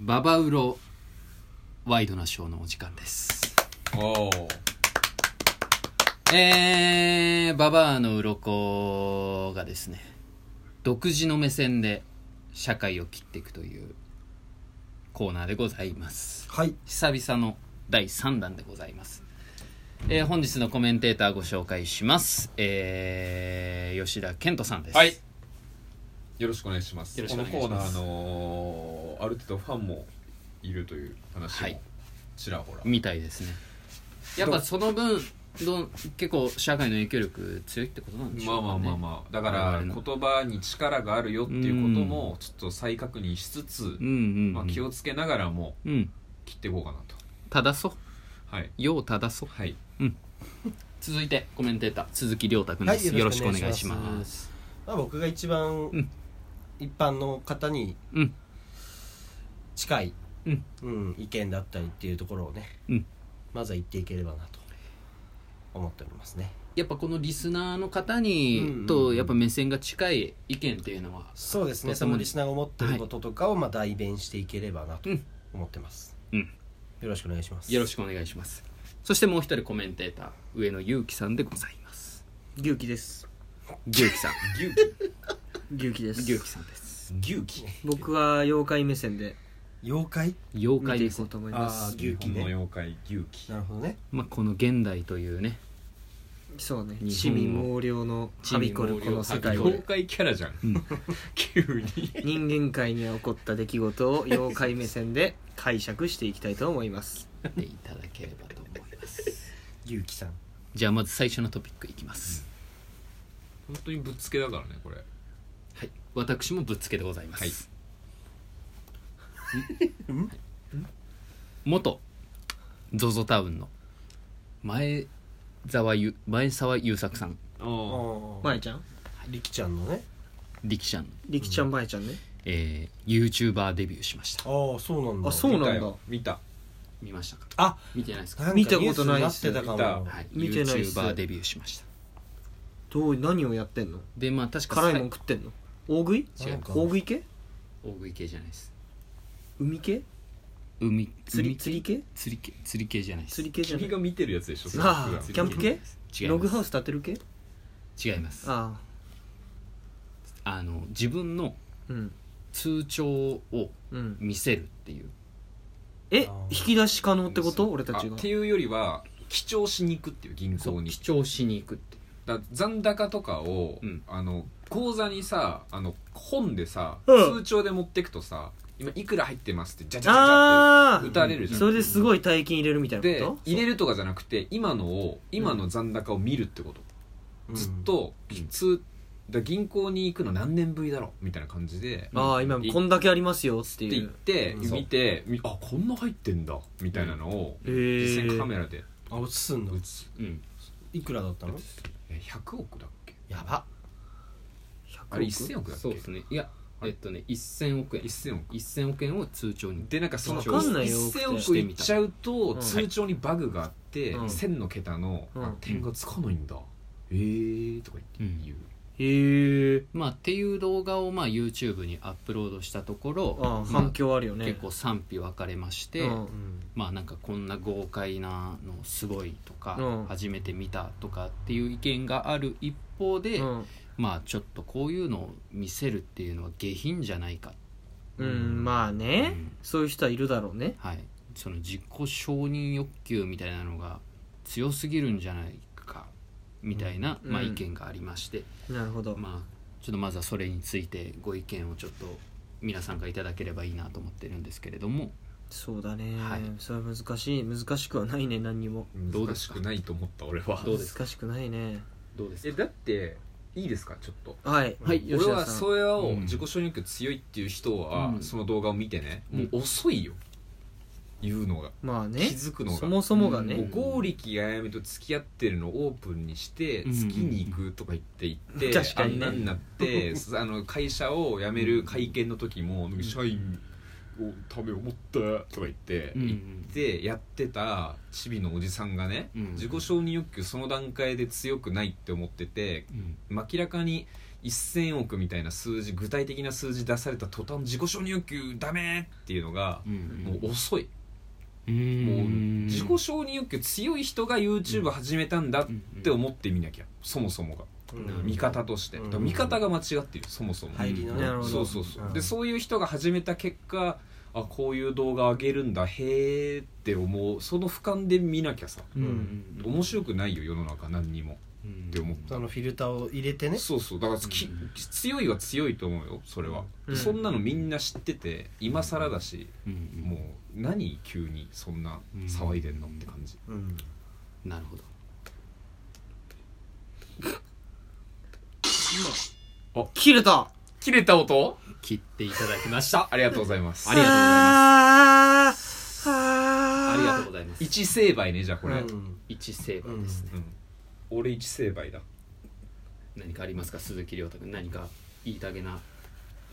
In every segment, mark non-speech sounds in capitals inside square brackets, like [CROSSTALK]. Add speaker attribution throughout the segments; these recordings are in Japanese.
Speaker 1: ババウロワイドなショーのお時間です
Speaker 2: おお
Speaker 1: えー、ババアの鱗がですね独自の目線で社会を切っていくというコーナーでございます
Speaker 2: はい
Speaker 1: 久々の第3弾でございます、えー本日のコメンテーターご紹介しますえー、吉田健人さんです
Speaker 2: はいよろしくお願いします
Speaker 1: よろしくお願いします
Speaker 2: このコーナーあのーある程度ファンもいるという話
Speaker 1: はい
Speaker 2: もちらほら、
Speaker 1: みたいですねやっぱその分どん結構社会の影響力強いってことなんでし
Speaker 2: ま
Speaker 1: ょ
Speaker 2: あ
Speaker 1: うか、ね、
Speaker 2: まあまあまあだか
Speaker 1: 我
Speaker 2: ら
Speaker 1: 々の
Speaker 2: 言葉に力があるよっていうこともちょっと再確認しつつ、
Speaker 1: うんうん、うん
Speaker 2: まあ、気をつけながらも
Speaker 1: うん
Speaker 2: 切っていこうかなと
Speaker 1: 正そう
Speaker 2: はい
Speaker 1: よう正そう
Speaker 2: はい
Speaker 1: 続いてコメンテーター鈴木亮太君です、
Speaker 3: は
Speaker 1: よ
Speaker 3: いよ
Speaker 1: ろ
Speaker 3: ろ
Speaker 1: し
Speaker 3: し
Speaker 1: く
Speaker 3: く
Speaker 1: お
Speaker 3: お
Speaker 1: 願
Speaker 3: 願
Speaker 1: い
Speaker 3: い
Speaker 1: し
Speaker 3: し
Speaker 1: ま
Speaker 3: ますまあ、僕が一番、
Speaker 1: うん
Speaker 3: 一般の方に
Speaker 1: うん
Speaker 3: 近い、
Speaker 1: うん
Speaker 3: うん意見だったりっていうところをね、
Speaker 1: うん
Speaker 3: まずは言っていければなと思っておりますね
Speaker 1: やっぱこのリスナーの方に、
Speaker 3: うんうんうん
Speaker 1: とやっぱ目線が近い意見っていうのは
Speaker 3: そうです
Speaker 1: と
Speaker 3: ね
Speaker 1: て
Speaker 3: そ
Speaker 1: も
Speaker 3: のリスナーが思ってることとかをまあ代弁していければなと
Speaker 1: うん
Speaker 3: 思ってます、
Speaker 1: うん
Speaker 3: よろしくお願いします
Speaker 1: よろしくお願いしますそしてもう一人コメンテーター上野裕貴さんでございます
Speaker 4: 牛気です
Speaker 1: 裕貴さん
Speaker 2: 牛
Speaker 4: 牛気です
Speaker 1: [LAUGHS] 裕貴さんです
Speaker 2: 気牛気
Speaker 4: 僕は妖怪目線で
Speaker 3: 妖怪
Speaker 1: 妖
Speaker 4: 見
Speaker 1: 怪で
Speaker 4: てい
Speaker 1: す
Speaker 4: こうと思いま
Speaker 3: ああ
Speaker 4: す
Speaker 3: 牛
Speaker 2: 牛
Speaker 3: 気
Speaker 2: 気の
Speaker 3: ね
Speaker 2: 妖怪牛気
Speaker 3: なるほどね
Speaker 1: まあ、この現代というね
Speaker 4: そうね
Speaker 1: 日本を
Speaker 4: 地味猛烈のはびこるこの世界
Speaker 2: 妖
Speaker 4: で
Speaker 2: 怪キャラじゃん、
Speaker 1: うん
Speaker 2: 急に
Speaker 4: 人間界に起こった出来事を妖怪目線で解釈していきたいと思い [LAUGHS] ます
Speaker 1: やっていただければと思います
Speaker 3: 牛気さん
Speaker 1: じゃあまず最初のトピックいきます、
Speaker 2: 本当にぶっつけだからねこれ
Speaker 1: はい私もぶっつけでございます、
Speaker 2: はい
Speaker 1: 元 ZOZO タウンの前沢ゆ前沢優作さん
Speaker 2: あ
Speaker 4: ま
Speaker 3: あ
Speaker 4: えちゃん
Speaker 3: 力ちゃんのね
Speaker 1: 力ちゃん、
Speaker 4: りきちゃんまえちゃんね
Speaker 1: えー、YouTuber デビューしました
Speaker 3: ああそうなんだ
Speaker 4: あそうなんだ
Speaker 2: 見た
Speaker 1: 見ましたか
Speaker 3: あ
Speaker 1: 見てないですか
Speaker 3: なんか
Speaker 4: 見たことない
Speaker 3: ニュー
Speaker 4: っ
Speaker 3: ス
Speaker 4: す
Speaker 3: になってたかも
Speaker 2: 見
Speaker 1: はい
Speaker 4: 見てないっす
Speaker 1: YouTuber デビューしました
Speaker 4: どう何をやってんの
Speaker 1: でまあ確か
Speaker 4: 辛いもん
Speaker 1: さ
Speaker 4: 食ってんの大食い
Speaker 1: 違う
Speaker 3: なんか
Speaker 4: 大食い系
Speaker 1: 大食い系じゃないです
Speaker 4: 海系
Speaker 1: 海
Speaker 4: 釣
Speaker 1: 海
Speaker 4: り釣り系
Speaker 1: 釣り系釣り系じゃないです
Speaker 4: 釣り系じゃな
Speaker 2: 君が
Speaker 4: い
Speaker 2: 見てるやつでしょ
Speaker 4: あ
Speaker 2: それ
Speaker 4: あ
Speaker 2: 普
Speaker 4: キャ
Speaker 2: 段
Speaker 4: ンプ系
Speaker 1: 違います
Speaker 4: ログハウス建てる系
Speaker 1: 違いますあ
Speaker 4: あ
Speaker 1: の自分の
Speaker 4: あうん
Speaker 1: 通帳を
Speaker 4: うん
Speaker 1: 見せるっていう
Speaker 4: え
Speaker 3: あ
Speaker 4: 引き出し可能ってこと俺たち
Speaker 2: あ
Speaker 4: が
Speaker 2: っていうよりは記帳しに行くっていう銀行に
Speaker 1: 記帳しに行くっていう
Speaker 2: だ残高とかを、
Speaker 1: うん
Speaker 2: あの口座にさあの本でさ、
Speaker 4: うん
Speaker 2: 通帳で持ってくとさ今いくら入ってますってじゃじゃじゃ
Speaker 4: あ
Speaker 2: じゃって
Speaker 4: あ
Speaker 2: 打たれるじゃん、
Speaker 4: それですごい大金入れるみたいな
Speaker 2: で
Speaker 4: こと
Speaker 2: 入れるとかじゃなくて今のを今の残高を見るってこと、ずっと、
Speaker 1: うん
Speaker 2: 通だ銀行に行くの何年ぶりだろうみたいな感じで、
Speaker 1: うん
Speaker 4: ああ今こんだけありますよって
Speaker 2: って
Speaker 4: い
Speaker 2: 言っ
Speaker 4: う
Speaker 2: て、
Speaker 3: うん
Speaker 2: 見てみあこんな入ってんだみたいなのを、
Speaker 4: へー
Speaker 2: 実際カメラで
Speaker 3: あ映すんだ
Speaker 2: 映す
Speaker 1: うん
Speaker 3: いくらだったの
Speaker 2: え100億だっけ
Speaker 3: やば
Speaker 2: あれ
Speaker 4: 100
Speaker 2: 1000億だっけ
Speaker 1: そうですねいやえっとね1000億円
Speaker 2: 1000億
Speaker 1: 1000億円を通帳に
Speaker 2: でなんかその
Speaker 1: わかん
Speaker 4: ないよ
Speaker 2: 1000億いっちゃうと
Speaker 4: うん
Speaker 2: 通帳にバグがあって、
Speaker 4: うん
Speaker 2: 1000の桁の、
Speaker 4: うん
Speaker 2: あ点がつかないんだ、えーとか言って言う、
Speaker 4: へえ
Speaker 1: まあっていう動画をまあ YouTube にアップロードしたところ
Speaker 4: ああ
Speaker 1: まあ
Speaker 4: 反響あるよね
Speaker 1: 結構賛否分かれまして、
Speaker 4: うん
Speaker 3: うん
Speaker 1: まあなんかこんな豪快なのすごいとか、
Speaker 4: うん
Speaker 1: 初めて見たとかっていう意見がある一方で、
Speaker 4: うん
Speaker 1: まあちょっとこういうのを見せるっていうのは下品じゃないか、
Speaker 4: うんまあね
Speaker 1: うん
Speaker 4: そういう人はいるだろうね
Speaker 1: はい、その自己承認欲求みたいなのが強すぎるんじゃないかみたいな、
Speaker 4: うん
Speaker 1: まあ、
Speaker 4: うん
Speaker 1: 意見がありまして、
Speaker 4: なるほど
Speaker 1: まあちょっとまずはそれについてご意見をちょっと皆さんからいただければいいなと思ってるんですけれども
Speaker 4: そうだね
Speaker 1: はい
Speaker 4: それは難しい難しくはないね何にも
Speaker 2: うん
Speaker 1: どうで
Speaker 2: 難
Speaker 1: す
Speaker 2: し
Speaker 1: か
Speaker 2: くないと思った俺は
Speaker 1: どうです
Speaker 4: 難しくないね
Speaker 1: どうです
Speaker 2: えだっていいですかちょっと
Speaker 4: はい
Speaker 1: はい
Speaker 4: 吉
Speaker 2: 俺
Speaker 4: 田
Speaker 2: は
Speaker 4: さん
Speaker 2: それ
Speaker 1: う
Speaker 2: を
Speaker 1: ん
Speaker 2: 自己承認欲強いっていう人は、
Speaker 1: うん
Speaker 2: その動画を見てね
Speaker 1: うん
Speaker 2: もう遅いよ言うのが
Speaker 4: まあ
Speaker 2: 気
Speaker 4: ね
Speaker 2: づくの
Speaker 4: そ
Speaker 2: が
Speaker 4: もそもが
Speaker 1: う
Speaker 4: ね
Speaker 1: ん
Speaker 2: 剛力あやめと付き合ってるのをオープンにして
Speaker 1: うん
Speaker 2: 月に行くとか言って行って、
Speaker 4: 確かにね
Speaker 2: あんなになって
Speaker 1: [LAUGHS]
Speaker 2: あの会社を辞める会見の時も、社員をため思ったとか言って、
Speaker 1: うん
Speaker 2: 行ってやってたチビのおじさんがね、
Speaker 1: うん
Speaker 2: 自己承認欲求その段階で強くないって思ってて
Speaker 1: うん
Speaker 2: 明らかに1000億みたいな数字具体的な数字出された途端自己承認欲求ダメっていうのがもう遅い、もう自己承認欲求強い人が YouTube 始めたんだって思ってみなきゃそもそもが見方として、
Speaker 3: うん
Speaker 2: だから見方が間違ってるそもそも、
Speaker 3: 入りのね
Speaker 4: なるほど
Speaker 2: そうそうそう、
Speaker 3: うん
Speaker 2: でそういう人が始めた結果あこういう動画上げるんだへえって思うその俯瞰で見なきゃさ、
Speaker 1: うん
Speaker 2: 面白くないよ世の中何にも
Speaker 1: うん
Speaker 2: って思った
Speaker 3: そのフィルターを入れてね
Speaker 2: そうそうだからき、
Speaker 1: うん
Speaker 2: 強いは強いと思うよそれは、
Speaker 4: うん
Speaker 2: そんなのみんな知ってて今更だし、
Speaker 1: うん
Speaker 2: もう何急にそんな騒いでんのって感じ、
Speaker 3: うん
Speaker 1: なるほど
Speaker 4: 切れた
Speaker 2: 切れた音
Speaker 1: 切っていただきました
Speaker 2: ありがとうございます
Speaker 1: ありがとうござい
Speaker 4: ます
Speaker 1: あ
Speaker 4: あ
Speaker 1: り
Speaker 4: り
Speaker 1: が
Speaker 4: が
Speaker 1: と
Speaker 4: と
Speaker 1: う
Speaker 4: う
Speaker 1: ございます
Speaker 2: 一成敗ねじゃあこれ、うん
Speaker 1: 一成敗ですね
Speaker 2: 俺一成敗だ
Speaker 1: 何かありますか鈴木亮太君何か言いたげな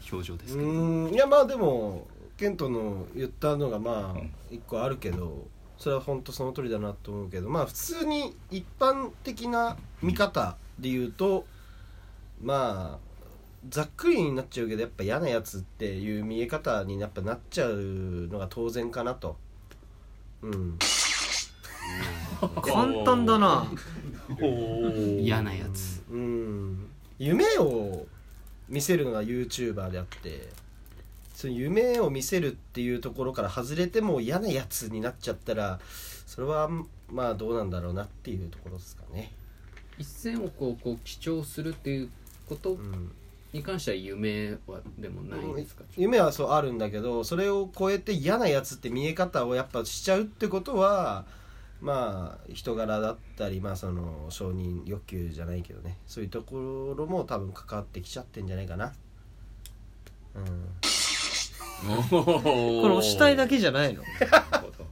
Speaker 1: 表情です
Speaker 3: う
Speaker 1: けど
Speaker 3: んいやまあでも健人の言ったのがまあ一個あるけどそれは本当その通りだなと思うけどまあ普通に一般的な見方で言うとまあざっくりになっちゃうけどやっぱ嫌なやつっていう見え方にやっぱなっちゃうのが当然かなと。うん、
Speaker 4: 簡単だな
Speaker 1: 嫌なやつ
Speaker 3: うん夢を見せるのが YouTuber であってその夢を見せるっていうところから外れてもう嫌なやつになっちゃったらそれはまあどうなんだろうなっていうところですかね。
Speaker 1: 一線をこうこう記帳するっていうこと
Speaker 3: うん
Speaker 1: に関しては夢はでもないですか
Speaker 3: 夢はそうあるんだけどそれを超えて嫌なやつって見え方をやっぱしちゃうってことはまあ人柄だったりまあその承認欲求じゃないけどねそういうところも多分関わってきちゃってんじゃないかな。うん
Speaker 2: こ
Speaker 4: これ押したいだけじゃないの
Speaker 1: なるほど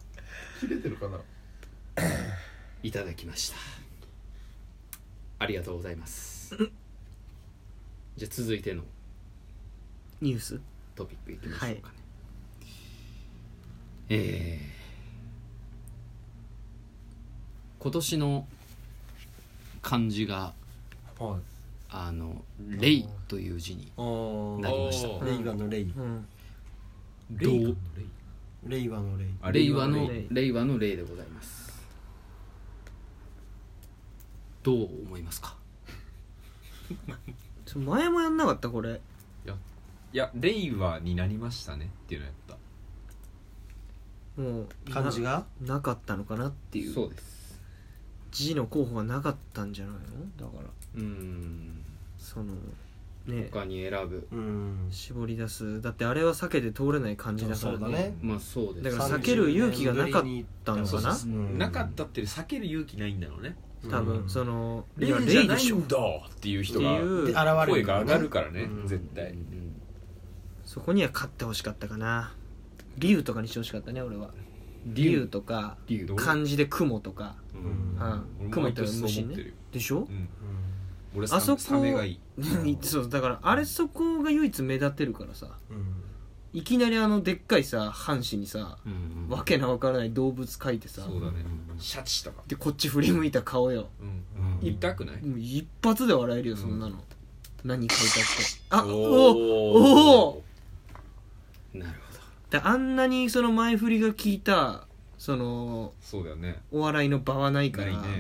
Speaker 5: 切れてるかない
Speaker 1: ただきましたありがとうございますじゃあ続いての
Speaker 4: ニュース
Speaker 1: トピックいきましょうかね、えー今年の漢字が
Speaker 3: はい
Speaker 1: あの「レイ」という字にな
Speaker 3: な
Speaker 1: りました
Speaker 4: ー
Speaker 3: レイガのレイ
Speaker 4: うん
Speaker 2: レイ
Speaker 3: レイはのレイ
Speaker 2: あ
Speaker 1: 令和の
Speaker 4: 令和の
Speaker 1: 令和の令でございますどう思いますか
Speaker 4: ちょ前もやんなかったこれ
Speaker 2: いや令和になりましたねっていうのやった
Speaker 4: もう
Speaker 3: 漢字が
Speaker 4: ななかったのかなっていう
Speaker 1: そうです
Speaker 4: 字の候補がなかったんじゃないのだから
Speaker 1: うん
Speaker 4: そのね
Speaker 1: 他に選ぶ
Speaker 3: うん
Speaker 4: 絞り出すだってあれは避けて通れない感じだから
Speaker 3: そうだ
Speaker 4: ね
Speaker 3: ね
Speaker 1: まあそうです
Speaker 4: だから避ける勇気がなかっ
Speaker 3: だ
Speaker 4: たのかな
Speaker 2: なかったって避ける勇気ないんだろうね
Speaker 4: 多分その
Speaker 2: 令
Speaker 4: いや
Speaker 2: じゃ
Speaker 4: 例
Speaker 2: な
Speaker 4: で
Speaker 2: い
Speaker 4: しょ
Speaker 2: んだっていう人
Speaker 4: っていう
Speaker 2: が
Speaker 4: で
Speaker 3: 現れ
Speaker 2: 声
Speaker 3: る
Speaker 2: が上がるからね
Speaker 3: うん
Speaker 2: 絶対
Speaker 1: うん
Speaker 4: そこには勝ってほしかったかな竜とかにしてほしかったね俺は竜とか
Speaker 1: 竜
Speaker 2: どう
Speaker 4: 漢字で雲とか、
Speaker 2: う
Speaker 3: うん
Speaker 2: ん
Speaker 4: うん、
Speaker 2: 俺
Speaker 4: 雲
Speaker 2: も
Speaker 4: って
Speaker 2: 毎年そ
Speaker 4: 虫
Speaker 2: う思ってる
Speaker 4: ね
Speaker 2: よ
Speaker 4: でしょ
Speaker 2: う、ん
Speaker 3: う
Speaker 2: 俺
Speaker 4: あそ
Speaker 2: サ
Speaker 4: こ
Speaker 2: サメがいい
Speaker 4: [LAUGHS] そうだからあれそこが唯一目立ってるからさいきなりあのでっかいさ半紙にさ
Speaker 1: うんうん
Speaker 4: わけのわからない動物書いてさ
Speaker 2: そうだねシャチとか
Speaker 4: でこっち振り向いた顔よ
Speaker 2: うん
Speaker 1: うん
Speaker 2: 痛くない
Speaker 4: もう一発で笑えるよそんなの、何書いたってあおお
Speaker 2: お
Speaker 4: お
Speaker 1: なる
Speaker 4: であんなにその前振りが効いたその
Speaker 2: そうだよね
Speaker 4: お笑いの場はないから
Speaker 2: ない
Speaker 1: ほど、
Speaker 2: ね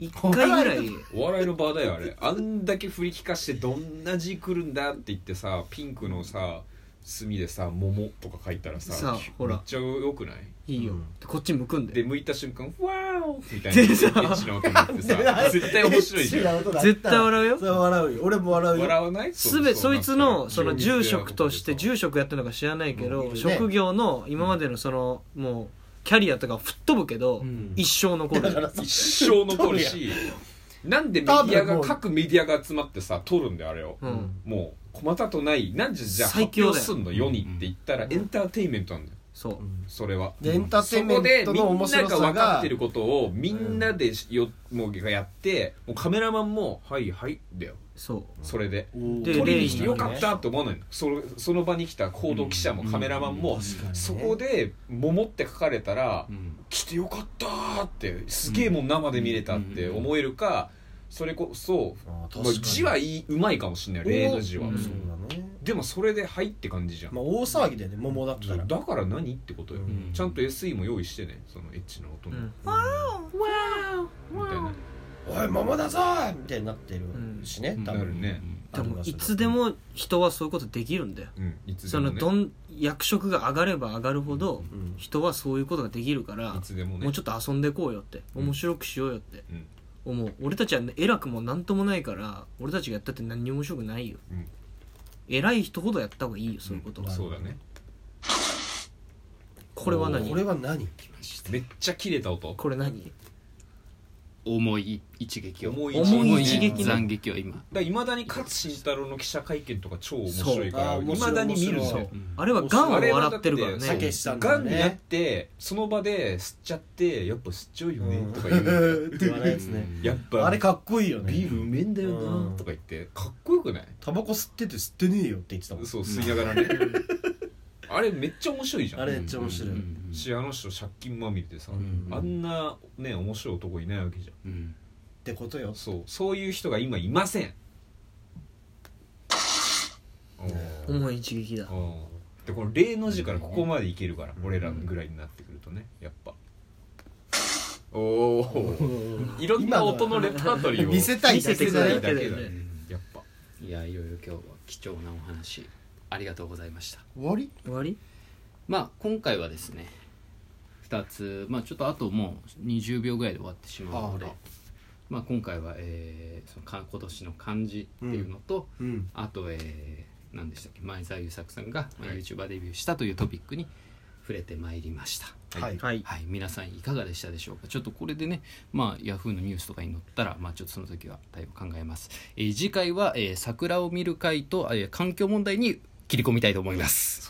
Speaker 4: 一回ぐらい
Speaker 2: お笑いの場だよあれあんだけ振り聞かしてどんな字来るんだって言ってさピンクのさ墨でさ「桃」とか書いたらさ
Speaker 4: さあ
Speaker 2: き
Speaker 4: ほら
Speaker 2: めっちゃよくない
Speaker 4: いいよ、
Speaker 3: うん
Speaker 4: でこっち向くん
Speaker 2: で
Speaker 4: で
Speaker 2: 向いた瞬間「わーお!」みたいなエ
Speaker 4: でさ
Speaker 2: ッチな音になって
Speaker 3: [LAUGHS]
Speaker 2: さ絶対面白いじゃん
Speaker 4: 絶対笑うよ
Speaker 3: それは笑うよ俺も笑うよ
Speaker 2: 笑わない
Speaker 4: すべそいつのその住職として
Speaker 2: 職
Speaker 4: 住職やってるのか知らないけど、
Speaker 3: うん
Speaker 4: 職業の今までのそのもうキャリアとか吹っ飛ぶけど、
Speaker 3: うん
Speaker 4: 一生残る
Speaker 2: 一生残
Speaker 4: [LAUGHS]
Speaker 2: るしなんでメディア
Speaker 3: 多分も
Speaker 2: が
Speaker 3: う
Speaker 2: 各メディアが集まってさ撮るんだよあれを
Speaker 4: うん
Speaker 2: もう駒田とない何時じゃあ
Speaker 4: 最
Speaker 2: 発
Speaker 4: 強だ
Speaker 2: 表
Speaker 4: よ
Speaker 2: すんの世にって言ったらエンターテインメントなんだよ
Speaker 4: そう
Speaker 2: それは
Speaker 3: でエンターテイ
Speaker 2: そ
Speaker 3: ンメ
Speaker 2: こで
Speaker 3: ント
Speaker 2: み
Speaker 3: の面
Speaker 2: んなが
Speaker 3: 白さ
Speaker 2: 分かっ
Speaker 3: が
Speaker 2: てることをみんなでよもうやってもうカメラマンも「はいはい」だよ
Speaker 4: そ
Speaker 2: それで
Speaker 4: で
Speaker 2: 撮りに来
Speaker 4: 例
Speaker 2: て
Speaker 4: に
Speaker 2: よかったと思わないのそのその場に来た報道記者もカメラマンもそこで「桃」って書かれたら
Speaker 1: ほど、
Speaker 2: 「来てよかった」ってすげえもん生で見れたって思えるかそれこそ、
Speaker 3: あー
Speaker 2: まあ、字はいいうまいかもしれない例の字は、
Speaker 4: うん
Speaker 3: そうだね
Speaker 2: でもそれで「はい」って感じじゃん、
Speaker 3: まあ大騒ぎでね桃だったら
Speaker 2: だから何ってことよ、
Speaker 3: うん
Speaker 2: ちゃんと SE も用意してねそのエッチの音
Speaker 4: う
Speaker 2: の、
Speaker 4: ん
Speaker 2: みたいな
Speaker 3: 「おい桃だぞ!」みたいになってるしね
Speaker 2: な
Speaker 3: 多
Speaker 2: る
Speaker 3: 分
Speaker 2: ね
Speaker 4: でもいつでも人はそういうことできるんだよ
Speaker 2: うんいつで
Speaker 4: そ
Speaker 2: も、
Speaker 4: の
Speaker 2: ね、
Speaker 4: どん役職が上がれば上がるほど
Speaker 3: うん
Speaker 4: 人はそういうことができるから
Speaker 2: いつでもね
Speaker 4: もうちょっと遊んでこうよって
Speaker 2: うん
Speaker 4: 面白くしようよって
Speaker 2: うん
Speaker 4: 思う俺たちは偉くも何ともないから俺たちがやったって何にも面白くないよ
Speaker 2: うん
Speaker 4: 偉い人ほどやった方がいいよそういうこと
Speaker 2: ん
Speaker 4: は
Speaker 2: そうだね
Speaker 4: これは何
Speaker 3: これは何
Speaker 2: めっちゃ切れた音
Speaker 4: これ何
Speaker 1: 重い一撃を
Speaker 2: 重い
Speaker 4: 重い一撃の
Speaker 1: 斬撃を今
Speaker 2: いまだに勝慎太郎の記者会見とか超面白いから
Speaker 3: そう
Speaker 2: いまだに見る
Speaker 3: 面白
Speaker 2: の
Speaker 3: い
Speaker 1: うん
Speaker 4: あれはガンを笑ってるから
Speaker 2: あれはだ
Speaker 3: た
Speaker 2: って
Speaker 3: け
Speaker 4: ね
Speaker 3: しさん
Speaker 2: が
Speaker 3: の
Speaker 2: んになっ
Speaker 3: ね
Speaker 2: てその場で吸っちゃってやっぱ吸っちゃうよ
Speaker 3: う
Speaker 2: ね
Speaker 3: ん
Speaker 2: とか言う、
Speaker 3: って言わないやつね
Speaker 2: やっぱ
Speaker 3: あれかっこいいよね
Speaker 2: ビールうめえんだよ
Speaker 3: う
Speaker 2: なんとか言ってかっこよくない
Speaker 3: タバコ吸ってて吸ってねえよって言ってたもん
Speaker 2: そう吸いながらねあれめっちゃ面白いじゃん
Speaker 3: あれめっちゃ面白い
Speaker 1: うん
Speaker 2: しあの人借金まみれでさ、
Speaker 3: ん
Speaker 2: あんなね面白い男いないわけじゃ
Speaker 1: うん
Speaker 3: ってことよ
Speaker 2: んそうそういう人が今いませんおー
Speaker 4: 重い一撃だ
Speaker 2: おーでこの「例の字」からここまでいけるから、
Speaker 3: うん
Speaker 2: 俺らぐらいになってくるとねやっぱおおいろんな音のレパートリーを
Speaker 3: 見せたい
Speaker 4: 見せ
Speaker 3: だ
Speaker 4: て
Speaker 3: け
Speaker 4: く
Speaker 3: じゃな
Speaker 4: れ
Speaker 3: い
Speaker 4: るだけだよ
Speaker 2: 見せてくれるだけだ
Speaker 4: ね
Speaker 2: やっぱ
Speaker 1: いやいろいろ今日は貴重なお話ありがとうございました
Speaker 3: 終わり
Speaker 4: 終わり
Speaker 1: まあ今回はですね2つまあちょっとあともう20秒ぐらいで終わってしまうので
Speaker 3: あら
Speaker 1: まあ今回は、えーそのか今年の漢字っていうのと、
Speaker 3: うん
Speaker 1: あと、えー、何でしたっけ前澤友作さんが、まあ、YouTuber デビューしたというトピックに触れてまいりました、
Speaker 3: はい
Speaker 4: はい
Speaker 1: はい、皆さんいかがでしたでしょうかちょっとこれでね、まあ、ヤフーのニュースとかに載ったら、まあ、ちょっとその時は対応考えます、えー次回は、えー桜を見る会と、えー環境問題に切り込みたいと思います